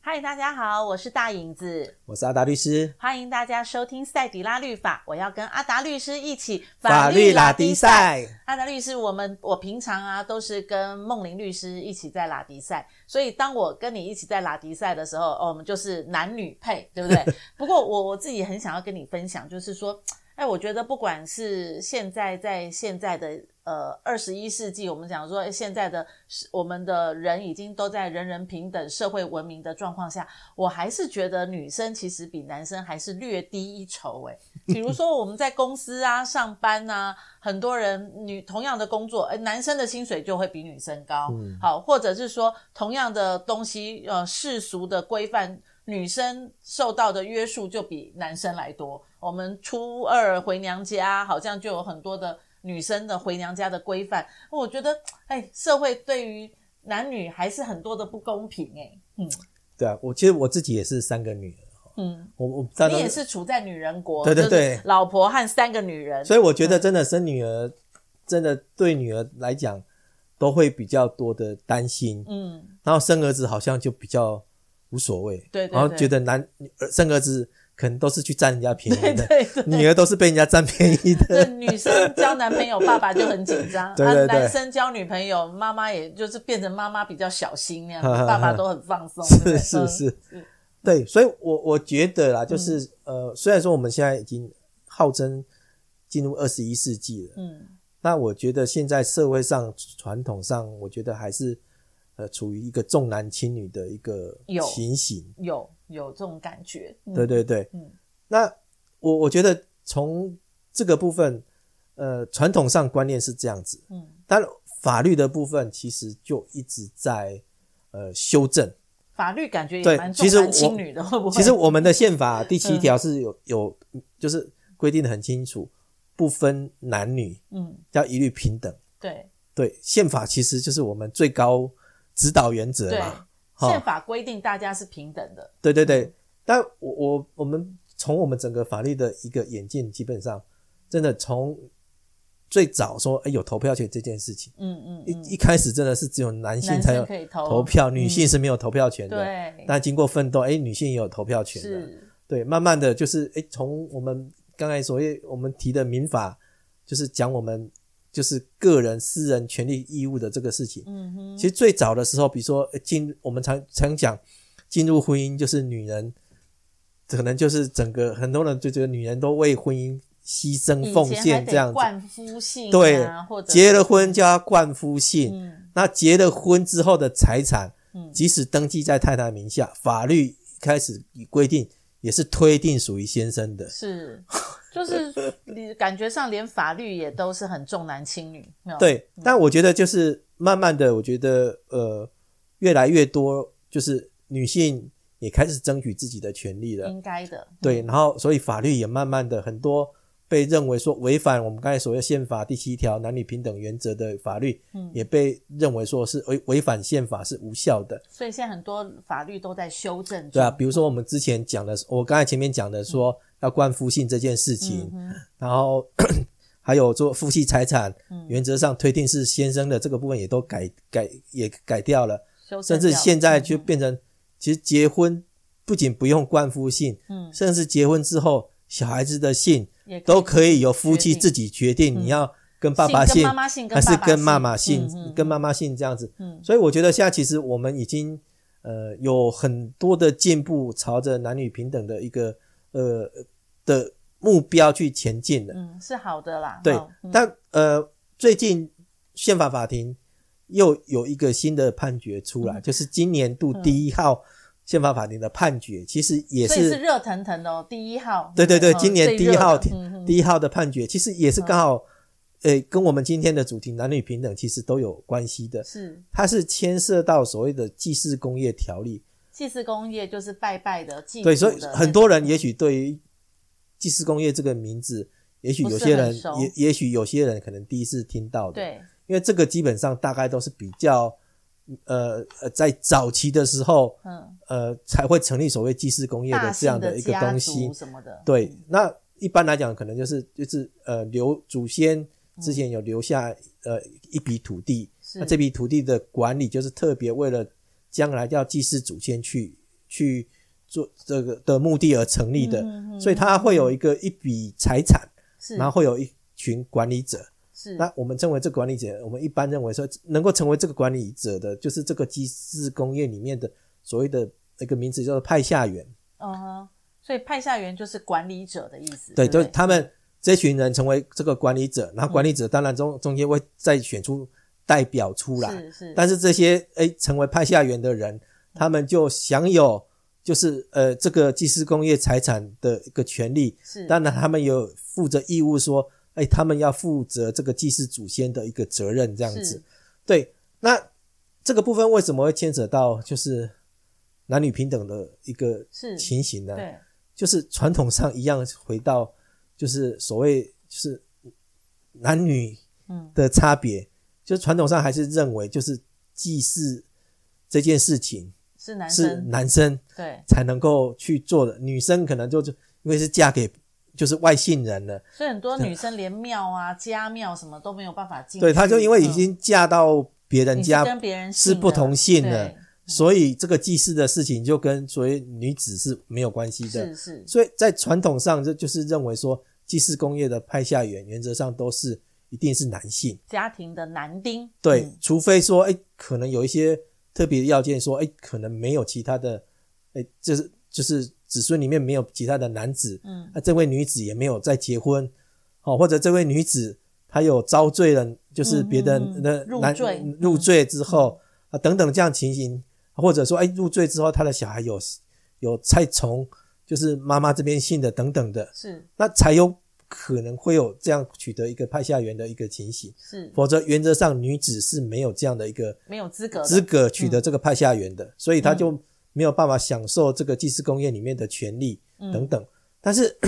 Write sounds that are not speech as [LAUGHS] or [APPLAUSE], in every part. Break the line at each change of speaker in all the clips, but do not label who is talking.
嗨，大家好，我是大影子，
我是阿达律师。
欢迎大家收听赛迪拉律法。我要跟阿达律师一起
迪。赛，
阿达律师，我们我平常啊都是跟梦玲律师一起在拉迪赛，所以当我跟你一起在拉迪赛的时候，哦，我们就是男女配，对不对？不过我我自己很想要跟你分享，就是说，哎，我觉得不管是现在在现在的呃二十一世纪，我们讲说哎现在的我们的人已经都在人人平等、社会文明的状况下，我还是觉得女生其实比男生还是略低一筹哎、比如说我们在公司啊上班啊，很多人女同样的工作，哎，男生的薪水就会比女生高，
嗯
好，或者是说同样的东西，呃，世俗的规范，女生受到的约束就比男生来多。我们初二回娘家，好像就有很多的女生的回娘家的规范，我觉得，哎，社会对于男女还是很多的不公平、欸
对啊，我其实我自己也是三个女儿，
哎，嗯，
我我大家
你
都
也，是处在女人国，
对对
就是
对
老婆和三个女人，
所以我觉得真的生女儿，真的对女儿来讲，都会比较多的担心，
嗯。
[LAUGHS] 然后生儿子好像就比较无所谓，
对对
然后
对
觉得男呃生儿子可能都是去占人家便宜的，
对对
女儿都是被人家占便宜
[LAUGHS] 对，
的，
女生交男朋友，爸爸就很紧张；
[LAUGHS] 对对
啊，
对
男生交女朋友，妈妈也就是变成妈妈比较小心那样
[LAUGHS]
子，
呵呵呵
爸爸都很放松，对不对
[LAUGHS] 是是是，
嗯
对，所以我，我觉得啦，就是、呃，虽然说我们现在已经号称进入二十一世纪了，
嗯
那我觉得现在社会上、传统上，我觉得还是呃处于一个重男轻女的一个
有
情形。
嗯，有有这种感觉，嗯
对，对对，
嗯
那我我觉得从这个部分，呃，传统上观念是这样子，
嗯，
但法律的部分其实就一直在呃修正。
法律感觉也
对
蛮重
其实
男
我
轻女的，会不会？嗯
其实我们的宪法第七条是有、有就是规定的很清楚，不分男女，
嗯，
要一律平等。
对
对，宪法其实就是我们最高指导原则
对，
嘛。哈
宪法规定大家是平等的，
对对对，但我我我们从我们整个法律的一个演进，基本上真的从最早说哎有投票权这件事情，
嗯嗯嗯，
一一开始真的是只有男性
男
才
生
有
可以
投
投，嗯
票，女性是没有投票权的。
对，
但经过奋斗，哎，女性也有投票权的。
是
对，慢慢的就是哎，从我们刚才所谓我们提的民法，就是讲我们就是个人私人权利义务的这个事情。
嗯哼，
其实最早的时候，比如说呃进，我们常常讲进入婚姻就是女人，可能就是整个很多人就觉得女人都为婚姻牺牲奉
以前还
献
得
这样子，
冠夫姓、啊，
对
或者
结了婚就要冠夫姓，
嗯
那结了婚之后的财产，
嗯
即使登记在太太名下，法律开始规定也是推定属于先生的，
是，就是你感觉上连法律也都是很重男轻女，没有，
对，但我觉得就是慢慢的，我觉得呃，越来越多就是女性也开始争取自己的权利了。
应该的，嗯
对，然后所以法律也慢慢的很多被认为说违反我们刚才所谓宪法第七条男女平等原则的法律，
嗯
也被认为说是违违反宪法是无效的，
所以现在很多法律都在修正中，
对啊，比如说我们之前讲的，我刚才前面讲的说要冠夫姓这件事情
嗯，哼，
然后 [CLEARS THROAT] 还有做夫妻财产
嗯，
原则上推定是先生的这个部分也都改改也改掉了，
修正
甚至
掉
现在就
嗯
变成其实结婚不仅不用冠夫姓，
嗯
甚至结婚之后小孩子的姓。
也
都可以由夫
决
妻
定
自己决定，
嗯
你要跟爸爸
姓跟
姓
妈妈姓
还是跟妈妈
姓
姓，
嗯嗯
跟妈妈姓这样子。
嗯
所以我觉得现在其实我们已经呃有很多的进步，朝着男女平等的一个呃的目标去前进的。
嗯是好的啦，
对
哦，嗯
但呃最近宪法法庭又有一个新的判决出
嗯
来，就是今年度第一号宪法法庭的判决，其实也
所以是热腾腾的哦，第一号，
对对对，
嗯
今年第一号
最热的嗯哼
第一号的判决，其实也是刚好，呃，跟我们今天的主题男女平等其实都有关系的。
是
它是牵涉到所谓的祭祀工业条例，
祭祀工业就是拜拜的祭
对，
祖
所以
的
很
那
多
种
人也许对于祭祀工业这个名字，也许有些
不
人
是很熟
也也许有些人可能第一次听到的，
对
因为这个基本上大概都是比较，呃呃，在早期的时候，
嗯
呃，才会成立所谓祭祀工业
大
的这
型
样
的
一个
家
东
族
西，
什么的，
对，那一般来讲，可能就是就是呃，留祖先之前有留下呃一笔土地，
是
那这笔土地的管理就是特别为了将来要祭祀祖先去去做这个的目的而成立的，
嗯嗯嗯
所以它会有一个一笔财产，
是，
然后会有一群管理者。
是
那我们认为这个管理者，我们一般认为说能够成为这个管理者的，就是这个机制工业里面的所谓的一个名字叫做派下员，
嗯哼，所以派下员就是管理者的意思，对
对，
不
就
对，
是他们这群人成为这个管理者，然后管理者当然中中间会再选出代表出来，
是是，
但是这些诶成为派下员的人，他们就享有就是呃这个技师工业财产的一个权利，
是
当然他们有负责义务说，诶他们要负责这个祭祀祖先的一个责任这样子
是。
对，那这个部分为什么会牵扯到就是男女平等的一个
是
情形呢？
对，
就是传统上一样回到就是所谓就是男女
嗯
的差别，就是传统上还是认为就是祭祀这件事情
是男
是
生，
男生
对，
才能够去做的，女生可能就是因为是嫁给就是外姓人了，
所以很多女生连庙啊、家庙什么都没有办法进去，
对，她就因为已
嗯
经嫁到别人
你是
家，
跟别人
是不同姓的
的，
所以这个祭祀的事情就跟所谓女子是没有关系
对
的，
是是
所以在传统上这就是认为说祭祀工业的派下员原则上都是一定是男性。
家庭的男丁，
对，
嗯
除非说，哎，可能有一些特别的要件，说，哎，可能没有其他的，哎，就是就是子孙里面没有其他的男子，
嗯，
那、这位女子也没有再结婚，哦，或者这位女子她有遭罪了，就是别的
嗯嗯嗯
的
入
男
赘嗯
入赘之后啊等等这样情形，或者说，哎，入赘之后她的小孩有有菜虫，就是妈妈这边信的等等的，
是
那才有可能会有这样取得一个派下员的一个情形。
是
否则原则上女子是没有这样的一个
没有资格的嗯
资格取得这个派下员的，所以她就没有办法享受这个祭祀工业里面的权利
嗯
等等。但是，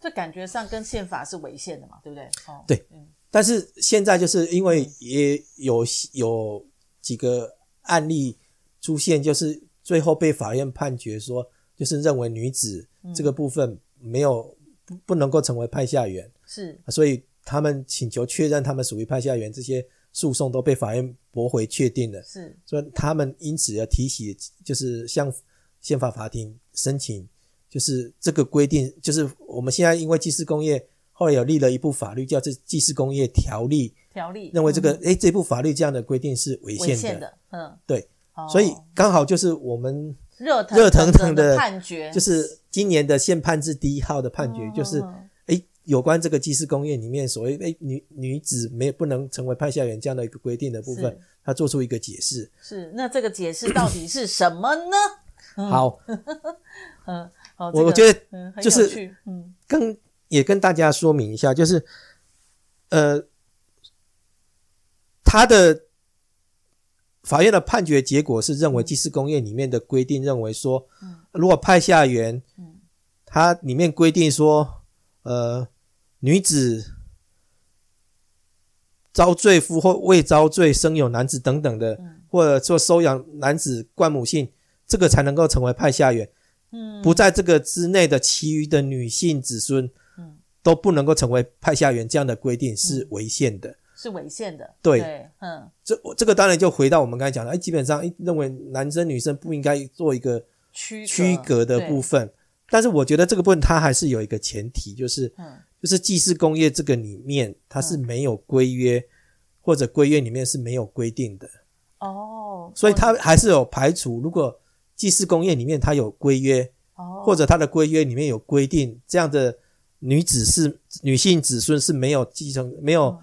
这感觉上跟宪法是违宪的嘛，对不对？哦，
对
嗯，
但是现在就是因为也有有几个案例出现，就是最后被法院判决说，就是认为女子这个部分没有不不能够成为派下员，
是
所以他们请求确认他们属于派下员，这些诉讼都被法院驳回确定了。
是
所以他们因此要提起，就是向宪法法庭申请，就是这个规定，就是我们现在因为祭祀工业后来有立了一部法律，叫做《祭祀工业条例
条例》，
认为这个
嗯
诶这部法律这样的规定是违
违
宪
宪
的，
的，嗯，
对，
哦
所以刚好就是我们
热腾
热腾
腾
腾的
判决
就是今年的宪判字第一号的判决，就是
嗯
诶有关这个祭祀工业里面所谓诶女女子没不能成为派下员这样的一个规定的部分
是，
他做出一个解释。
是那这个解释到底是什么
[LAUGHS]
呢？
好，
嗯，哦，
我
这个
我觉得
嗯很
就
有
是
趣嗯
跟也跟大家说明一下，就是呃，他的法院的判决结果是
嗯
认为祭祀工业里面的规定认为说，如果派下员，
嗯
它里面规定说，呃，女子遭罪夫或未遭罪生有男子等等的，
嗯
或者说收养男子冠母姓，这个才能够成为派下员。
嗯
不在这个之内的其余的女性子孙
嗯，
都不能够成为派下员，这样的规定是违宪的。
是违宪的，
对
对，嗯，
这我这个当然就回到我们刚才讲的，哎，基本上哎认为男生女生不应该做一个
区
区隔的部
分，
分，但是我觉得这个部分它还是有一个前提，就是
嗯
就是祭祀工业这个里面它是没有规约，或者规约里面是没有规定的，
哦，
所以它还是有排除。如果祭祀工业里面它有规约，
哦
或者他的规约里面有规定，这样的女子是女性子孙是没有继承、没有
嗯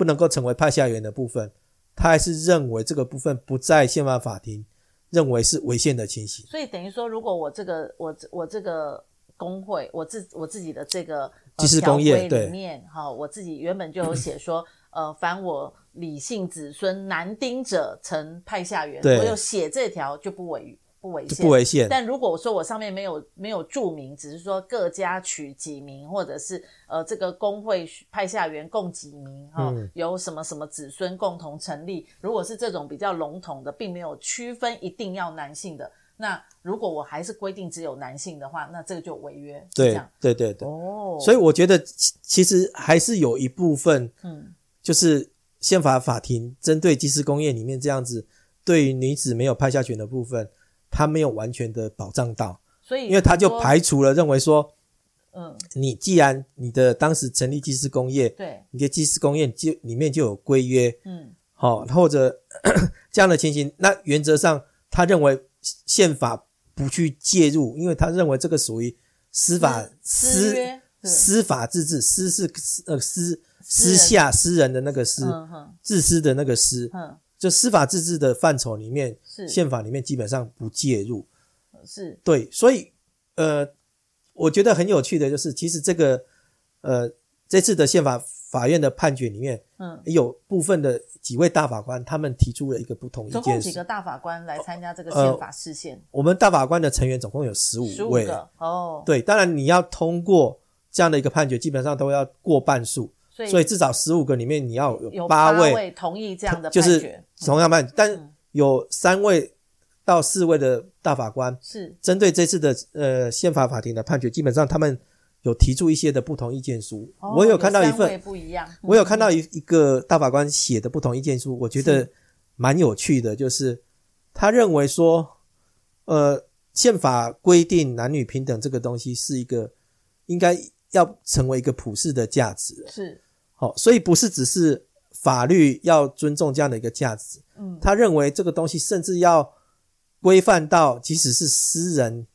不能够成为派下员的部分，他还是认为这个部分不在宪法法庭认为是违宪的情形。
所以等于说，如果我这个我我这个工会，我自我自己的这个呃
即时工业
条规
对
里面，哈、我自己原本就有写说，呃，凡我李姓子孙男丁者，成派下员。
对
我有写这条就不违不违
就
宪
不。违宪，
但如果我说我上面没有没有注明，只是说各家取几名，或者是呃这个工会派下员共几名哈、哦
嗯
由什么什么子孙共同成立，如果是这种比较笼统的，并没有区分一定要男性的，那如果我还是规定只有男性的话，那这个就违约，是这
对
样
对对对，
哦，
所
以
以我觉得其其实还是有一部分
嗯
就是宪法法庭针对祭祀工业里面这样子对于女子没有派下权的部分，他没有完全的保障到，
所以
因为他就
说
排除了认为说，
嗯，
你既然你的当时成立技师工业，
对，
你的技师工业就里面就有规约，
嗯
好、或者 [COUGHS] 这样的情形，那原则上他认为宪法不去介入，因为他认为这个属于司法
私
司
嗯约对
司法自治，私是私呃私
私
私
人
下私人的那个私，
嗯哼
自私的那个私，
哼
就司法自治的范畴里面，
是
宪法里面基本上不介入。
是
对，所以呃，我觉得很有趣的就是，其实这个呃这次的宪法法院的判决里面，
嗯，
有部分的几位大法官他们提出了一个不同意
总共
见
几个
是，
大法官来参加这个
呃
宪法视线？
我们大法官的成员总共有十
十
五
五
位，
个哦，
对，当然你要通过这样的一个判决，基本上都要过半数，
所以
所以至少十五个里面你要
有
八
位同意这样的
就
判
是
决，
同样判，
嗯
但有三位到四位的大法官
是
针对这次的呃宪法法庭的判决，基本上他们有提出一些的不同意见书。
哦
我有看到一
三位
份，
不一样，
我有看到一一个大法官写的不同意见书，我觉得蛮有趣的，就是他认为说，呃，宪法规定男女平等这个东西是一个应该要成为一个普世的价值。
是
好、所以不是只是法律要尊重这样的一个价值，
嗯
他认为这个东西甚至要规范到即使是私人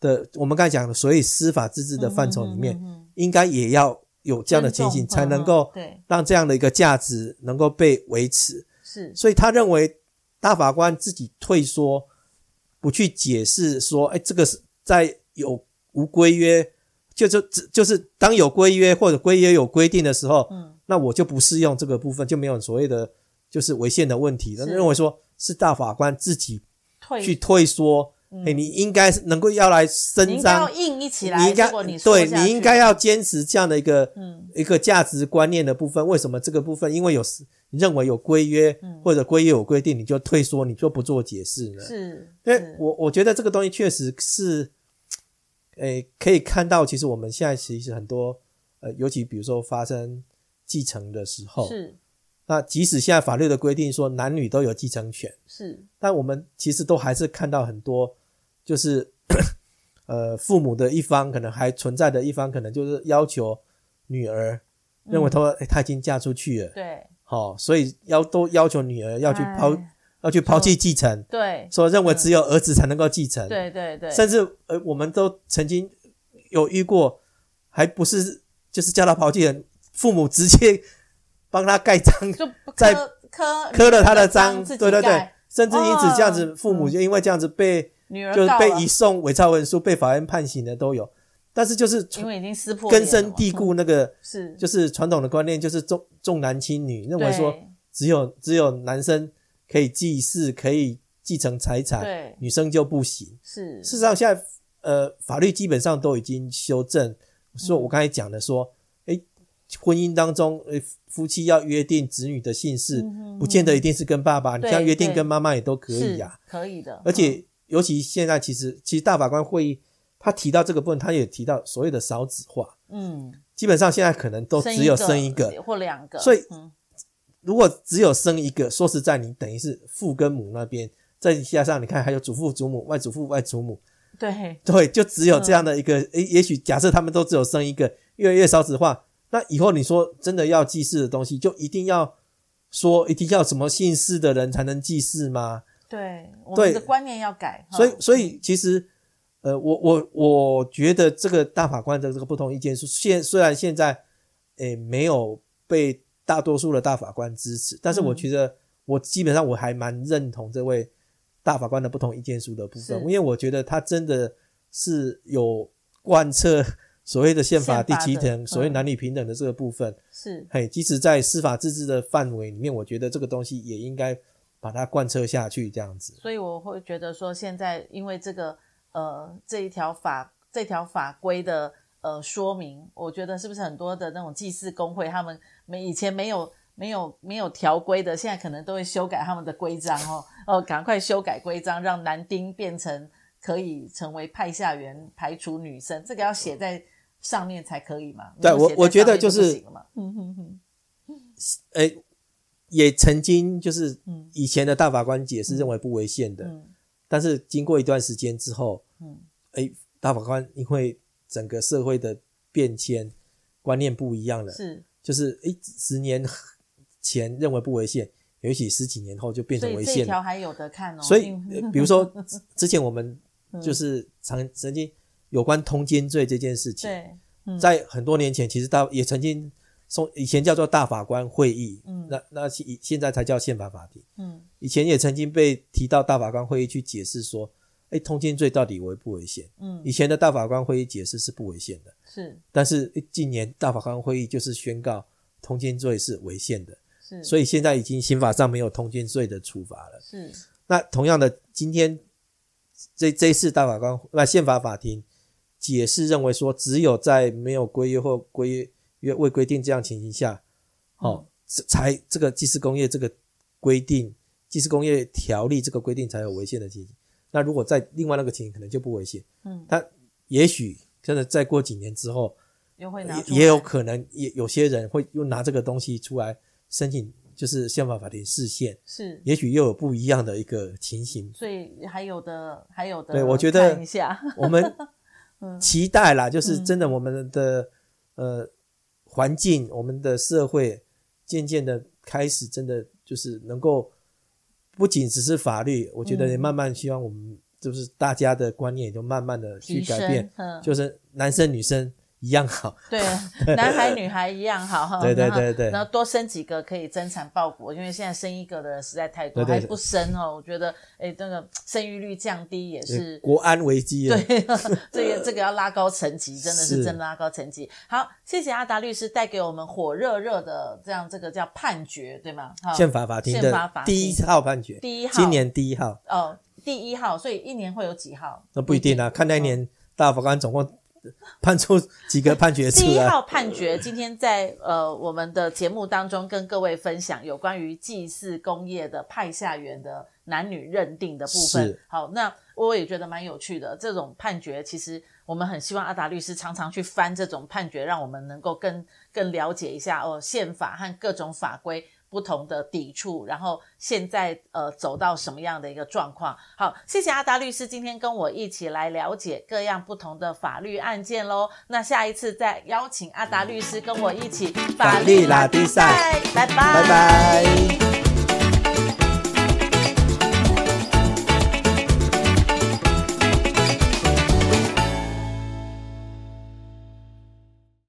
的，我们刚才讲的，所以司法自治的范畴里面，
嗯嗯嗯嗯嗯
应该也要有这样的情形，
尊重
才能够
嗯嗯对
让这样的一个价值能够被维持。
是
所以他认为大法官自己退缩，不去解释说，哎，这个是在有无规约，就就只就是当有规约或者规约有规定的时候，
嗯
那我就不适用这个部分，就没有所谓的就是违宪的问题。
是
认为说是大法官自己
退
去退缩，哎、你应该是能够要来
你
伸
应该要
张，
硬一起来，
你应该
如果嗯你说
对
下
你应
去
该要坚持这样的一个、
嗯
一个价值观念的部分。为什么这个部分？因为有你认为有规约、或者规约有规定，你就退缩，你就不做解释呢？
嗯是
因为
是
我我觉得这个东西确实是，诶、可以看到，其实我们现在其实很多，呃，尤其比如说发生继承的时候，
是
那即使现在法律的规定说男女都有继承权，
是
但我们其实都还是看到很多，就是 [COUGHS] 呃，父母的一方可能还存在的一方，可能就是要求女儿
嗯
认为她、哎诶她已经嫁出去了，
对
好、所以要都要求女 [LAUGHS] 儿要去抛
哎
要去抛弃继承。
对
说认为只有儿子才能够继承，
嗯对对对，
甚至呃，我们都曾经有遇过，还不是就是叫他抛弃人，父母直接帮他盖章，
就不
在
磕磕
刻了他的
章，
章，
自己
对对对
盖，
甚至因此这样子，
哦
父母就因为这样子被、
女儿
就
告
被
了
移送伪造文书，被法院判刑的都有，但是就是
因为已经撕破
根
脸了
深
嘛
蒂固那个。
是
就是传统的观念，就是重重男轻女，认为说
对
只有只有男生可以祭祀，可以继承财
对
产，女生就不行。
是
事实上，现在呃法律基本上都已经修正，
嗯
说我刚才讲的说，诶，婚姻当中，诶夫妻要约定子女的姓
嗯
氏，不见得一定是跟爸爸，你
对
像约定
对
跟妈妈也都可以
是
啊呀、
可以的，
而
嗯
且尤其现在，其实其实大法官会议他提到这个部分，他也提到所谓的少子化。
嗯，
基本上现在可能都哦只有生一个，
或两个，
所以
嗯
如果只有生一个，说实在，你等于是父跟母那边，再加上你看还有祖父、祖母、外祖父、外祖母，
对
对，就只有这样的一个。诶、也许假设他们都只有生一个，越来越少子化，那以后你说真的要祭祀的东西，就一定要说一定要什么姓氏的人才能祭祀吗？
对，我
对
们的观念要改，
所以，
嗯
所以其实，呃，我我我觉得这个大法官的这个不同意见书，现虽然现在，诶、没有被大多数的大法官支持，但是
嗯
我觉得我基本上我还蛮认同这位大法官的不同意见书的部分，
是
因为我觉得他真的是有贯彻所谓的宪法
宪
第
法
七
的
条、所谓
嗯
男女平等的这个部分，
是
嘿，即使在司法自治的范围里面，我觉得这个东西也应该把它贯彻下去，这样子。
所以我会觉得说，现在因为这个呃这一条法这条法规的呃说明，我觉得是不是很多的那种祭祀工会，他们没以前没有没有没有条规的，现在可能都会修改他们的规章哦，哦，赶快修改规章，让男丁变成可以成为派下员，排除女生，这个要写在上面才可以嘛？
对
没有写
我我
在
觉得
上面
就是
不行了嘛嗯哼哼，
诶、也曾经就是
嗯
以前的大法官解释认为不违宪的，
嗯
但是经过一段时间之后，
嗯，
哎，大法官因为整个社会的变迁，观念不一样了，
是，
就是哎，十年前认为不违宪，也许十几年后就变
所
成
以
违
这一
宪了。
条还有的看哦。
所以
并，
呃比如说
[LAUGHS]
之之前我们就
嗯
是曾曾经有关通奸罪这件事情，
对，嗯
在很多年前，其实大也曾经送以前叫做大法官会议，
嗯
那那现现在才叫宪法法庭。
嗯
以前也曾经被提到大法官会议去解释说，哎，通奸罪到底违不违宪？
嗯
以前的大法官会议解释是不违宪的，
是
但是诶近年大法官会议就是宣告通奸罪是违宪的，
是，
所以现在已经刑法上没有通奸罪的处罚了。
是
那同样的，今天这这一次大法官那宪法法庭解释认为说，只有在没有规约或规约未规定这样情形下，
嗯
哦，这才这个技师工业这个规定，技师工业条例这个规定才有违宪的情形。那如果在另外那个情形，可能就不违宪。
嗯，
但也许真的再过几年之后，
又会拿出
也也有
来
可能也有些人会又拿这个东西出来申请，就是宪法法庭释宪，
是，
也许又有不一样的一个情形
所以还有的还有的，
对我觉得
看一下， [LAUGHS]
我们
嗯
期待啦，就是真的我们的、呃环境，我们的社会渐渐的开始真的就是能够不仅只是法律，我觉得
嗯
也慢慢希望我们就是大家的观念也就慢慢的 [LAUGHS] 去
提
改
升
变，
嗯，
就是男生女生一样好， [LAUGHS]
对，男孩女孩一样好哈。
对对
然后
对对
然后多生几个可以增产报国，因为现在生一个的人实在太多，
对对
还不生哦。我觉得，哎，那个生育率降低也是。
国安危机啊
[LAUGHS]
了，
对，这个这个要拉高层级，真的是
是
真拉高层级。好，谢谢阿达律师带给我们火热热的这样这个叫判决，对吗？好
宪法法庭
宪法
的
法庭
第一号判决，
第一号
今年第一号，
哦，第一号，所以一年会有几号？哦
那不一定啊，看那一年大法官总共判出几个判决出
第一
来。
号判决，今天在呃我们的节目当中跟各位分享有关于祭祀工业的派下员的男女认定的部分
是。
好，那我也觉得蛮有趣的。这种判决，其实我们很希望阿达律师常常去翻这种判决，让我们能够更更了解一下哦，宪法和各种法规。不同的抵触，然后现在呃走到什么样的一个状况？好，谢谢阿达律师今天跟我一起来了解各样不同的法律案件喽。那下一次再邀请阿达律师跟我一起
法律拉低赛
拜拜，
拜拜。